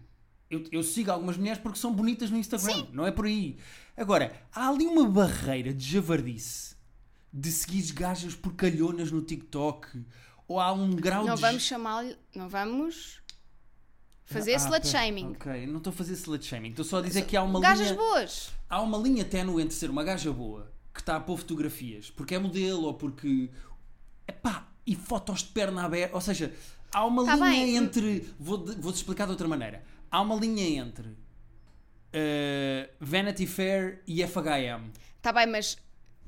Speaker 1: Eu, eu sigo algumas mulheres porque são bonitas no Instagram, não é por aí. Agora, há ali uma barreira de javardice de seguir gajas porcalhonas no TikTok ou há um grau
Speaker 2: não
Speaker 1: de.
Speaker 2: vamos chamar-lhe. Não vamos fazer
Speaker 1: Ah,
Speaker 2: slut
Speaker 1: pera-
Speaker 2: shaming.
Speaker 1: Ok, não estou a fazer slut shaming, estou só a dizer que há uma
Speaker 2: Gajas
Speaker 1: linha.
Speaker 2: boas.
Speaker 1: há uma linha ténue entre ser uma gaja boa que está a pôr fotografias porque é modelo ou porque. Epá, e fotos de perna aberta. Ou seja, há uma
Speaker 2: Tá
Speaker 1: linha
Speaker 2: bem.
Speaker 1: entre. Vou-te vou-te explicar de outra maneira. Há uma linha entre. eh, Vanity Fair e FHM.
Speaker 2: Tá bem, mas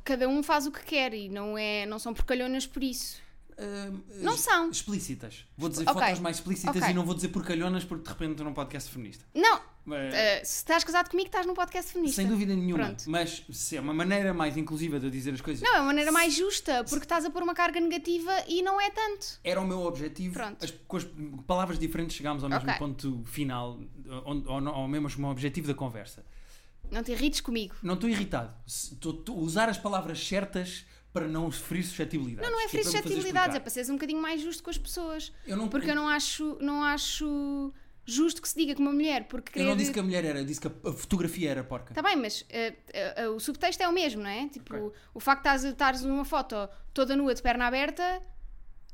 Speaker 2: cada um faz o que quer e não, é, não são porcalhonas por isso.
Speaker 1: Eh,
Speaker 2: Não são.
Speaker 1: Explícitas. Vou dizer
Speaker 2: Ok.
Speaker 1: fotos mais explícitas
Speaker 2: Ok.
Speaker 1: e não vou dizer porcalhonas porque de repente estou num podcast feminista.
Speaker 2: Não.
Speaker 1: é Mas-
Speaker 2: eh, se estás casado comigo, estás num podcast feminista.
Speaker 1: sem dúvida nenhuma.
Speaker 2: Pronto.
Speaker 1: Mas se é uma maneira mais inclusiva de eu dizer as coisas.
Speaker 2: Não, é uma maneira mais justa, porque estás a pôr uma carga negativa e não é tanto.
Speaker 1: Era o meu objetivo.
Speaker 2: Pronto.
Speaker 1: As, com as palavras diferentes chegámos ao mesmo
Speaker 2: Ok.
Speaker 1: ponto final, onde- ao, ao mesmo objetivo da conversa.
Speaker 2: Não te irrites comigo.
Speaker 1: Não estou irritado. Se- Estou estou a usar as palavras certas para não ferir suscetibilidades.
Speaker 2: Não, não é
Speaker 1: que para
Speaker 2: ferir
Speaker 1: me fazer
Speaker 2: suscetibilidades, é
Speaker 1: explicar.
Speaker 2: para seres um bocadinho mais justo com as pessoas.
Speaker 1: Eu não,
Speaker 2: Porque eu não acho, não acho justo que se diga que uma mulher, porque
Speaker 1: eu
Speaker 2: querer.
Speaker 1: não disse que a mulher era, eu disse que a, a fotografia era porca.
Speaker 2: Está bem, mas eh, eh, o subtexto é o mesmo, não é? Tipo,
Speaker 1: Ok.
Speaker 2: o facto de estás- estares numa foto toda nua de perna aberta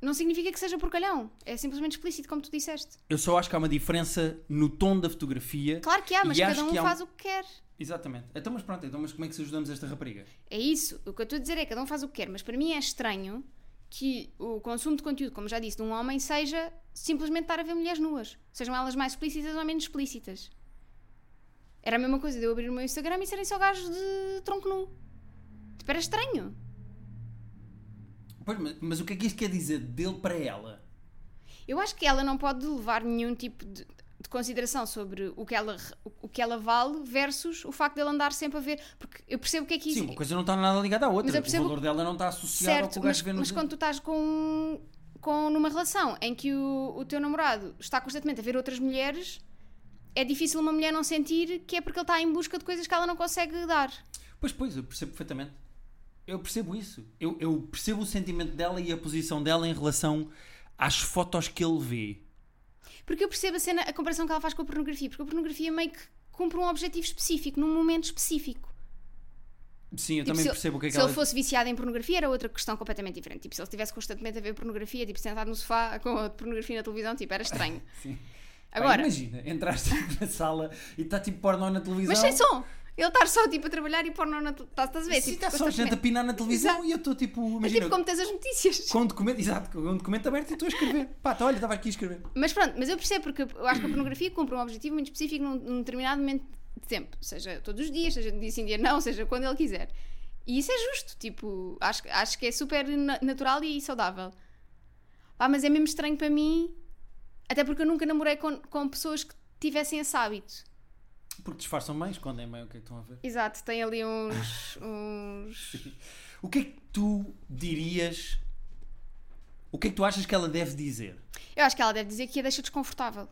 Speaker 2: não significa que seja porcalhão. É simplesmente explícito, como tu disseste.
Speaker 1: Eu só acho que há uma diferença no tom da fotografia.
Speaker 2: Claro que há,
Speaker 1: E
Speaker 2: mas
Speaker 1: acho
Speaker 2: cada um
Speaker 1: que há um-
Speaker 2: faz o que quer.
Speaker 1: Exatamente. Então, mas pronto, então, mas como é que se ajudamos esta rapariga?
Speaker 2: É isso. O que eu estou a dizer é que cada um faz o que quer, mas para mim é estranho que o consumo de conteúdo, como já disse, de um homem seja simplesmente estar a ver mulheres nuas. Sejam elas mais explícitas ou menos explícitas. Era a mesma coisa de eu abrir o meu Instagram e serem só gajos de tronco nu. Tipo, era estranho.
Speaker 1: Pois, mas, mas o que é que isto quer dizer dele para ela?
Speaker 2: Eu acho que ela não pode levar nenhum tipo de, de consideração sobre o que, ela, re- o, o que ela vale versus o facto de ela andar sempre a ver. Porque eu percebo que é que isso.
Speaker 1: Sim, uma coisa não está nada ligada à outra.
Speaker 2: Mas eu percebo-
Speaker 1: O valor dela não está associado ao que
Speaker 2: certo,
Speaker 1: o
Speaker 2: mas,
Speaker 1: gajo vê no
Speaker 2: mas quando tu estás com, com numa relação em que o, o teu namorado está constantemente a ver outras mulheres, é difícil uma mulher não sentir que é porque ele está em busca de coisas que ela não consegue dar.
Speaker 1: Pois, pois, eu percebo perfeitamente. Eu percebo isso. Eu, eu percebo o sentimento dela e a posição dela em relação às fotos que ele vê.
Speaker 2: Porque eu percebo a cena, a comparação que ela faz com a pornografia, porque a pornografia meio que cumpre um objetivo específico, num momento específico.
Speaker 1: Sim, eu
Speaker 2: Tipo,
Speaker 1: também
Speaker 2: se eu-
Speaker 1: percebo o que é que
Speaker 2: se
Speaker 1: ela...
Speaker 2: ele fosse viciado em pornografia era outra questão completamente diferente. Tipo, se ele estivesse constantemente a ver pornografia, tipo, sentado no sofá com a pornografia na televisão, tipo, era estranho.
Speaker 1: Sim. Pá,
Speaker 2: Agora,
Speaker 1: imagina, entraste na sala e está tipo pornô na televisão.
Speaker 2: mas sem som. Ele estar só, tipo, a trabalhar e pôr não na... Estás estás a ver?
Speaker 1: Sim,
Speaker 2: tipo,
Speaker 1: está só gente a
Speaker 2: constantemente.
Speaker 1: pinar na televisão e eu estou tipo...
Speaker 2: É
Speaker 1: Imagina,
Speaker 2: tipo como tens as notícias.
Speaker 1: com um documento... Exato, com um documento aberto e estou a escrever. Pá, tá, olha, estava aqui a escrever.
Speaker 2: Mas pronto, mas eu percebo porque eu acho que a pornografia cumpre um objetivo muito específico num, num determinado momento de tempo. Seja todos os dias, seja dia sim, dia não, seja quando ele quiser. E isso é justo, tipo, acho, acho que é super na- natural e saudável. Pá, mas é mesmo estranho para mim, até porque eu nunca namorei com, com pessoas que tivessem esse hábito.
Speaker 1: Porque disfarçam bem, escondem bem o que é que estão a ver.
Speaker 2: Exato, tem ali uns. uns...
Speaker 1: O que é que tu dirias? O que é que tu achas que ela deve dizer?
Speaker 2: Eu acho que ela deve dizer que a deixa desconfortável.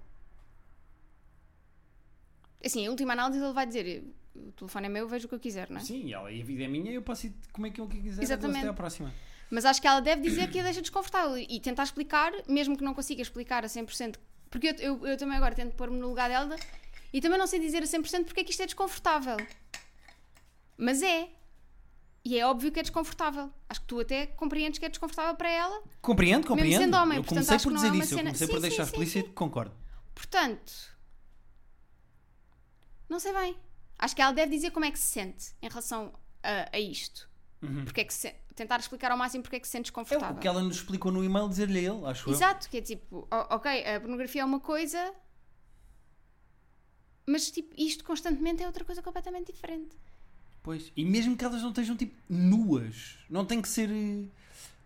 Speaker 2: Assim, em última análise, ele vai dizer: o telefone é meu, eu vejo o que eu quiser, não é?
Speaker 1: Sim, ela e a vida é minha, eu posso ir comer aquilo que quiser.
Speaker 2: Exatamente.
Speaker 1: até à próxima.
Speaker 2: Mas acho que ela deve dizer que a deixa desconfortável e tentar explicar, mesmo que não consiga explicar a 100%, porque eu, eu, eu também agora tento pôr-me no lugar dela e também não sei dizer a 100% porque é que isto é desconfortável. Mas é. E é óbvio que é desconfortável. Acho que tu até compreendes que é desconfortável para ela.
Speaker 1: Compreendo, compreendo.
Speaker 2: sendo homem,
Speaker 1: eu
Speaker 2: portanto,
Speaker 1: comecei
Speaker 2: acho
Speaker 1: por
Speaker 2: que não
Speaker 1: dizer
Speaker 2: é uma
Speaker 1: isso, eu
Speaker 2: cena-
Speaker 1: comecei por
Speaker 2: Sim, sim,
Speaker 1: deixar
Speaker 2: sim,
Speaker 1: explícito, concordo.
Speaker 2: Portanto, não sei bem. Acho que ela deve dizer como é que se sente em relação a, a isto. Porque é que se, tentar explicar ao máximo porque é que se sente
Speaker 1: É
Speaker 2: desconfortável.
Speaker 1: o que ela nos explicou no e-mail dizer-lhe a ele, acho
Speaker 2: Exato, que é tipo, o- ok, a pornografia é uma coisa, mas tipo, isto constantemente é outra coisa completamente diferente.
Speaker 1: eu. Pois. E mesmo que elas não estejam tipo nuas, não tem que ser eh,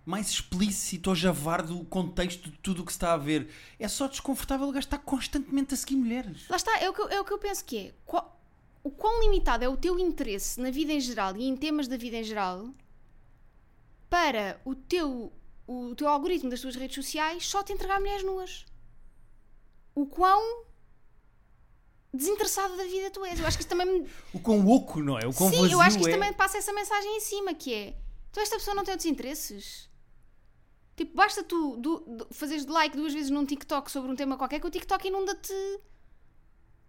Speaker 1: mais explícito ou javardo o contexto de tudo o que se está a ver. É só desconfortável o gajo estar constantemente a seguir mulheres.
Speaker 2: Lá está, é o que eu, é o que eu penso que é. Qual- o quão limitado é o teu interesse na vida em geral e em temas da vida em geral para o teu, o teu algoritmo das tuas redes sociais só te entregar mulheres nuas? O quão desinteressado da vida tu és? Eu acho que isto também me
Speaker 1: O quão oco, não é? O quão
Speaker 2: Sim,
Speaker 1: vazio
Speaker 2: eu acho que isto
Speaker 1: é.
Speaker 2: também passa essa mensagem em cima, que é... Então esta pessoa não tem outros interesses? Tipo, basta tu du, du, fazeres like duas vezes num TikTok sobre um tema qualquer que o TikTok inunda-te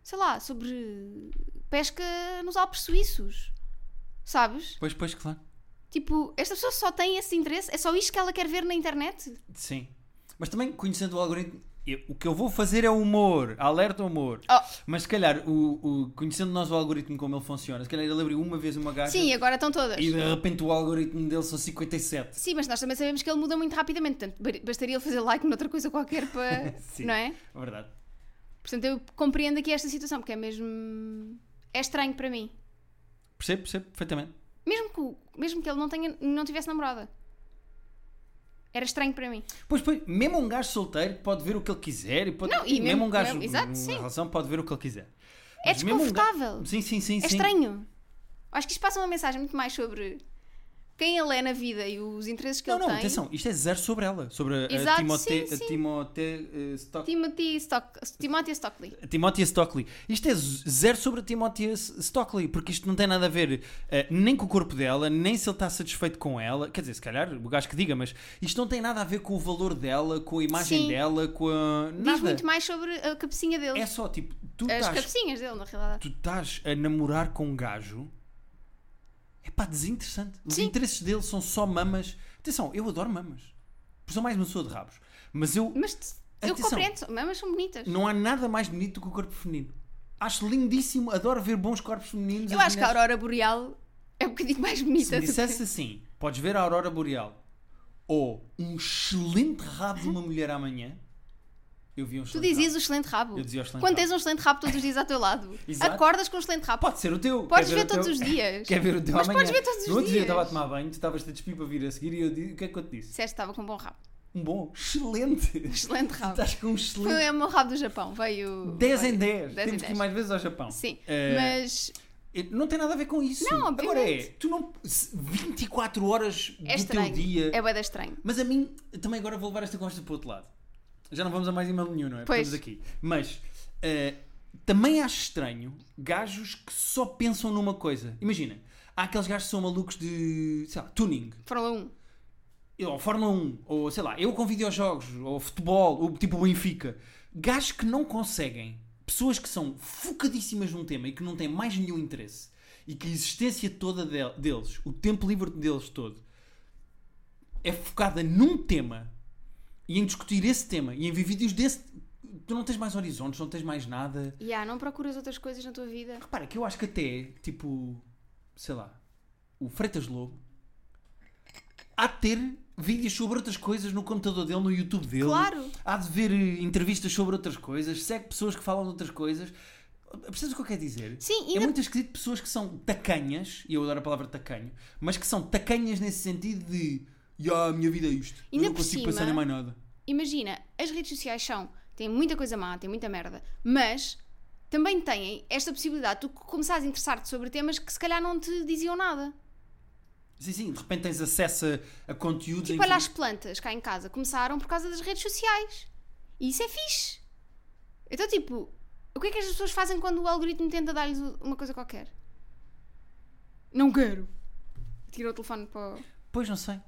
Speaker 2: sei lá, sobre pesca nos Alpes Suíços. Sabes?
Speaker 1: Pois, pois, claro.
Speaker 2: Tipo, esta pessoa só tem esse interesse, é só isto que ela quer ver na internet.
Speaker 1: Sim. Mas também, conhecendo o algoritmo, eu- o que eu vou fazer é humor, alerta humor.
Speaker 2: Oh.
Speaker 1: Mas se calhar, o, o- conhecendo nós o algoritmo como ele funciona, se calhar ele abriu uma vez uma gaja
Speaker 2: Sim, agora estão todas.
Speaker 1: e de repente o algoritmo dele são 57.
Speaker 2: Sim, mas nós também sabemos que ele muda muito rapidamente, portanto, ba- bastaria ele fazer like noutra coisa qualquer para.
Speaker 1: Sim.
Speaker 2: não é?
Speaker 1: É verdade.
Speaker 2: Portanto, eu compreendo aqui esta situação, porque é mesmo. É estranho para mim.
Speaker 1: Percebo, percebo perfeitamente.
Speaker 2: Mesmo que, o- mesmo que ele não, tenha, não tivesse namorada. Era estranho para mim.
Speaker 1: Pois, pois, mesmo um gajo solteiro pode ver o que ele quiser e, pode,
Speaker 2: Não, e
Speaker 1: mesmo,
Speaker 2: mesmo-
Speaker 1: um gajo
Speaker 2: mesmo- exato,
Speaker 1: numa
Speaker 2: sim.
Speaker 1: relação pode ver o que ele quiser.
Speaker 2: É
Speaker 1: Mas mesmo um ga-
Speaker 2: desconfortável.
Speaker 1: Sim, sim, sim.
Speaker 2: É estranho. Acho que isto passa uma mensagem muito mais sobre quem ele é na vida e os interesses que
Speaker 1: Não,
Speaker 2: ele
Speaker 1: não,
Speaker 2: tem.
Speaker 1: atenção, isto é zero sobre ela. Sobre a- a
Speaker 2: Exato,
Speaker 1: Timothée
Speaker 2: sim,
Speaker 1: a
Speaker 2: sim.
Speaker 1: Timothée, eh, Stock-
Speaker 2: Timothy Stock... Timothy Stockley.
Speaker 1: a Timothée Stockley. Isto é z- zero sobre a Timothée S- Stockley, porque isto não tem nada a ver eh, nem com o corpo dela, nem se ele está satisfeito com ela. Quer dizer, se calhar o gajo que diga, mas isto não tem nada a ver com o valor dela, com a imagem
Speaker 2: Sim.
Speaker 1: dela, com a.
Speaker 2: Diz
Speaker 1: Nada.
Speaker 2: muito mais sobre a cabecinha dele.
Speaker 1: É só tipo, tu
Speaker 2: As
Speaker 1: estás
Speaker 2: cabecinhas dele, na realidade.
Speaker 1: tu estás a namorar com um gajo é pá, desinteressante. Os
Speaker 2: Sim.
Speaker 1: interesses dele são só mamas. Atenção, eu adoro mamas. Por sou mais uma pessoa de rabos. Mas eu.
Speaker 2: Mas t- eu
Speaker 1: Atenção.
Speaker 2: compreendo, mamas são bonitas.
Speaker 1: Não há nada mais bonito do que o corpo feminino. Acho lindíssimo, adoro ver bons corpos femininos.
Speaker 2: eu
Speaker 1: as
Speaker 2: acho que a
Speaker 1: mulheres-
Speaker 2: Aurora Boreal é um bocadinho mais bonita.
Speaker 1: Se
Speaker 2: do
Speaker 1: me
Speaker 2: que-
Speaker 1: dissesse assim, podes ver a Aurora Boreal ou um excelente rabo de uma mulher amanhã, eu vi um
Speaker 2: Tu
Speaker 1: excelente
Speaker 2: dizias
Speaker 1: rabo.
Speaker 2: o excelente rabo.
Speaker 1: Eu dizia o excelente
Speaker 2: Quando
Speaker 1: rabo.
Speaker 2: tens um excelente rabo todos os dias ao teu lado,
Speaker 1: Exato.
Speaker 2: acordas com um excelente rabo.
Speaker 1: Ah, Pode ser o teu.
Speaker 2: Podes
Speaker 1: Quer
Speaker 2: ver
Speaker 1: o
Speaker 2: todos
Speaker 1: teu?
Speaker 2: os dias.
Speaker 1: Quer ver o teu
Speaker 2: Mas
Speaker 1: amanhã?
Speaker 2: podes ver todos os
Speaker 1: No outro dia eu
Speaker 2: dias.
Speaker 1: estava a tomar banho, tu estavas-te a despir para vir a seguir e eu disse, o que é que eu te disse?
Speaker 2: Disseste que estava com um bom rabo.
Speaker 1: Um bom, excelente.
Speaker 2: Excelente rabo.
Speaker 1: Estás com um
Speaker 2: Foi
Speaker 1: excelente.
Speaker 2: o meu rabo do Japão. Veio.
Speaker 1: 10 em
Speaker 2: veio-
Speaker 1: 10.
Speaker 2: 10 em
Speaker 1: Temos que ir
Speaker 2: 10.
Speaker 1: mais vezes ao Japão.
Speaker 2: Sim,
Speaker 1: Eh,
Speaker 2: mas é
Speaker 1: eh, Não tem nada a ver com isso.
Speaker 2: Não,
Speaker 1: Agora é,
Speaker 2: obviamente.
Speaker 1: tu não. se 24 horas
Speaker 2: é
Speaker 1: do teu
Speaker 2: estranho.
Speaker 1: dia.
Speaker 2: É bué da estranho.
Speaker 1: Mas a mim, também agora vou levar esta conversa para o outro lado. Já não vamos a mais e-mail nenhum, não é? Porque
Speaker 2: Pois.
Speaker 1: Estamos aqui. Mas eh, também acho estranho gajos que só pensam numa coisa. Imagina, há aqueles gajos que são malucos de. sei lá, tuning.
Speaker 2: Fórmula 1.
Speaker 1: ou Fórmula 1, ou sei lá, eu com videojogos, ou futebol, ou tipo Benfica, gajos que não conseguem, pessoas que são focadíssimas num tema e que não têm mais nenhum interesse, e que a existência toda del- deles, o tempo livre deles todo, é focada num tema e em discutir esse tema e em ver vídeos desse. Tu não tens mais horizontes, não tens mais nada.
Speaker 2: E ah, não procuras outras coisas na tua vida.
Speaker 1: Repara Ah, que eu acho que até, tipo, sei lá, o Freitas Lobo há de ter vídeos sobre outras coisas no computador dele, no YouTube dele.
Speaker 2: Claro.
Speaker 1: Há de ver eh, entrevistas sobre outras coisas, segue pessoas que falam de outras coisas. Percebes o que eu quero dizer?
Speaker 2: Sim,
Speaker 1: É
Speaker 2: ainda-
Speaker 1: muito esquisito pessoas que são tacanhas, e eu adoro a palavra tacanho, mas que são tacanhas nesse sentido de. Ya, a minha vida é isto. Eu
Speaker 2: Ainda
Speaker 1: não
Speaker 2: por
Speaker 1: consigo
Speaker 2: cima-
Speaker 1: pensar em mais nada.
Speaker 2: Imagina, as redes sociais são. têm muita coisa má, têm muita merda. Mas também têm esta possibilidade de tu começares a interessar-te sobre temas que se calhar não te diziam nada.
Speaker 1: Sim, sim, de repente tens acesso a, a conteúdos. a
Speaker 2: Tipo, olha
Speaker 1: informa-
Speaker 2: as plantas cá em casa começaram por causa das redes sociais. E isso é fixe. Então, tipo, o que é que as pessoas fazem quando o algoritmo tenta dar-lhes uma coisa qualquer? Não quero. Tirou o telefone para. o-
Speaker 1: Pois não sei.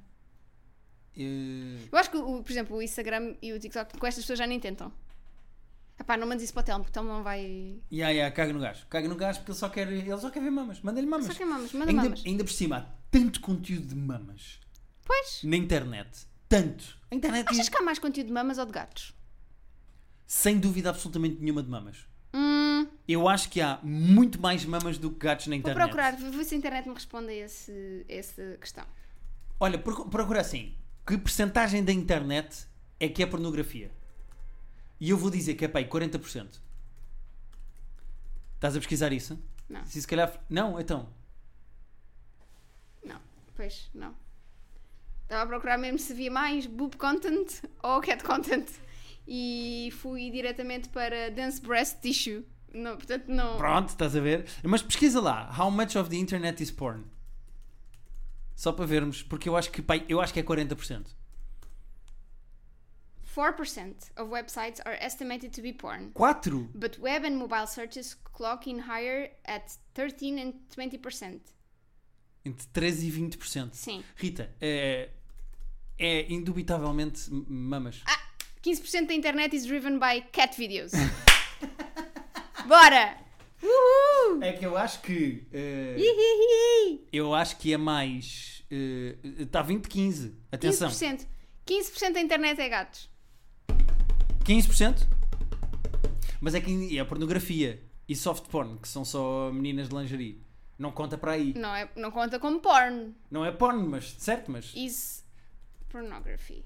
Speaker 1: Eh,
Speaker 2: Eu acho que, o- por exemplo, o Instagram e o TikTok com estas pessoas já nem tentam. Epá, não mandes isso para o Telmo, porque o Telmo não vai.
Speaker 1: Ya, ya, caga no gajo. Caga no gajo porque ele só quer, ele só quer ver mamas. Manda-lhe mamas.
Speaker 2: Só que mamas, manda
Speaker 1: ainda,
Speaker 2: mamas.
Speaker 1: ainda por cima, há tanto conteúdo de mamas
Speaker 2: Pois.
Speaker 1: na internet. Tanto. A internet
Speaker 2: Achas que há mais conteúdo de mamas ou de gatos?
Speaker 1: sem dúvida absolutamente nenhuma de mamas.
Speaker 2: Hum,
Speaker 1: Eu acho que há muito mais mamas do que gatos na
Speaker 2: vou
Speaker 1: internet.
Speaker 2: procurar, vou ver se a internet me responde a esse, essa questão.
Speaker 1: Olha, procu- procura assim. Que percentagem da internet é que é pornografia? E eu vou dizer que é pá, aí 40%. Estás a pesquisar isso?
Speaker 2: Não.
Speaker 1: Se se calhar. Não, então.
Speaker 2: Não, pois não. Estava a procurar mesmo se havia mais boob content ou cat content e fui diretamente para dense breast tissue. Não, portanto, não.
Speaker 1: Pronto, estás a ver? Mas pesquisa lá, how much of the internet is porn? Só para vermos, porque eu acho que, pai, eu acho que é 40%.
Speaker 2: 4% of websites are estimated to be porn,
Speaker 1: 4?
Speaker 2: but web and mobile searches clock in higher at 13 and 20%.
Speaker 1: Entre 13% e 20%.
Speaker 2: Sim.
Speaker 1: Rita, é, é indubitavelmente m- mamas.
Speaker 2: Ah, 15% da internet is driven by cat videos. Bora! Uhul!
Speaker 1: É que eu acho que. eh,
Speaker 2: Ihihi!
Speaker 1: eu acho que é mais. eh, tá Está 20-15. Atenção.
Speaker 2: 15%. 15% da internet é gatos.
Speaker 1: 15%? Mas é que é pornografia e soft porn, que são só meninas de lingerie. Não conta para aí.
Speaker 2: Não, é, não conta como porn.
Speaker 1: Não é porn, mas certo, mas.
Speaker 2: Is pornography.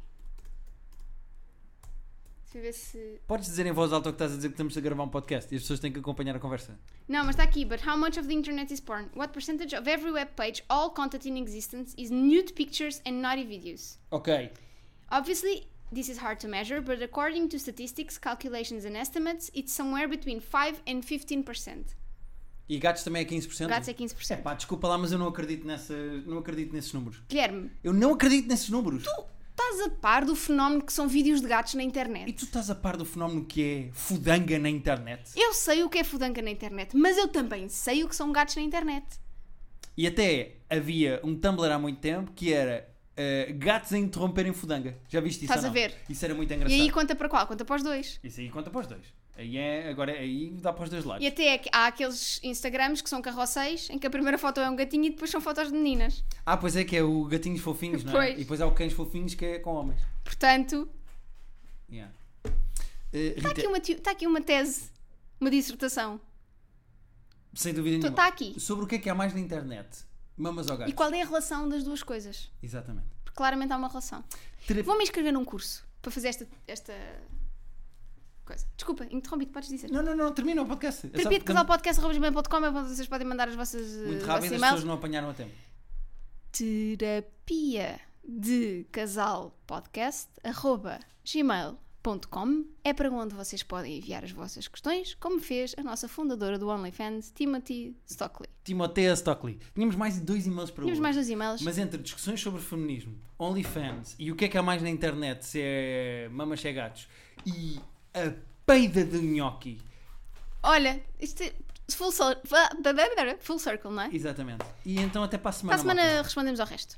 Speaker 2: Deixa eu ver se.
Speaker 1: Podes dizer em voz alta o que estás a dizer que estamos a gravar um podcast e as pessoas têm que acompanhar a conversa.
Speaker 2: Não, mas está aqui. But how much of the internet is porn? What percentage of every web page, all content in existence, is nude pictures and naughty videos?
Speaker 1: Ok.
Speaker 2: Obviously, this is hard to measure, but according to statistics, calculations, and estimates, it's somewhere between 5 and 15%.
Speaker 1: E gatos também é 15%?
Speaker 2: Gatos é 15%.
Speaker 1: Pá, desculpa lá, mas eu não acredito, nessa, não acredito nesses números.
Speaker 2: Guilherme,
Speaker 1: Eu não acredito nesses números.
Speaker 2: tu estás a par do fenómeno que são vídeos de gatos na internet?
Speaker 1: E tu estás a par do fenómeno que é fudanga na internet.
Speaker 2: Eu sei o que é fudanga na internet, mas eu também sei o que são gatos na internet.
Speaker 1: E até havia um Tumblr há muito tempo que era eh, gatos a interromperem fudanga. Já viste isso?
Speaker 2: Estás
Speaker 1: ou não?
Speaker 2: a ver.
Speaker 1: Isso era muito engraçado.
Speaker 2: E aí conta para qual? Conta para os dois.
Speaker 1: Isso aí conta para os dois. Aí é, agora aí dá para os dois lados.
Speaker 2: E até é que há aqueles Instagrams que são carrosséis, em que a primeira foto é um gatinho e depois são fotos de meninas.
Speaker 1: Ah, pois é que é o gatinhos fofinhos, não é?
Speaker 2: Pois.
Speaker 1: E depois há o cães fofinhos que é com homens.
Speaker 2: Portanto,
Speaker 1: Yeah. Eh, Rita,
Speaker 2: está Tá aqui uma, teo- está aqui uma tese, uma dissertação.
Speaker 1: sem dúvida nenhuma.
Speaker 2: Está um tá aqui.
Speaker 1: Sobre o que é que há mais na internet? Mamas ou gatos?
Speaker 2: E qual é a relação das duas coisas?
Speaker 1: Exatamente.
Speaker 2: Porque claramente há uma relação.
Speaker 1: Terap-
Speaker 2: Vou-me inscrever num curso para fazer esta, esta coisa. Desculpa, interrompi-te, podes dizer.
Speaker 1: Não, não, não, termina o podcast. É só
Speaker 2: Terapia de
Speaker 1: porque-
Speaker 2: casal podcast.com é onde vocês podem mandar as vossas eh,
Speaker 1: Muito rápido,
Speaker 2: vossos
Speaker 1: as pessoas
Speaker 2: e-mails.
Speaker 1: não apanharam a tempo.
Speaker 2: Terapia de casal podcast arroba gmail.com é para onde vocês podem enviar as vossas questões, como fez a nossa fundadora do OnlyFans, Timothy Stockley.
Speaker 1: Timothée Stockley. Tínhamos mais de dois e-mails para
Speaker 2: Tínhamos
Speaker 1: hoje.
Speaker 2: mais dois e-mails.
Speaker 1: Mas entre discussões sobre feminismo, OnlyFans e o que é que há mais na internet, se é mamas, se é gatos, e a peida de gnocchi.
Speaker 2: Olha, isto é full, cir- full circle, não é?
Speaker 1: Exatamente. E então até para a semana.
Speaker 2: Para a semana
Speaker 1: malta.
Speaker 2: respondemos ao resto.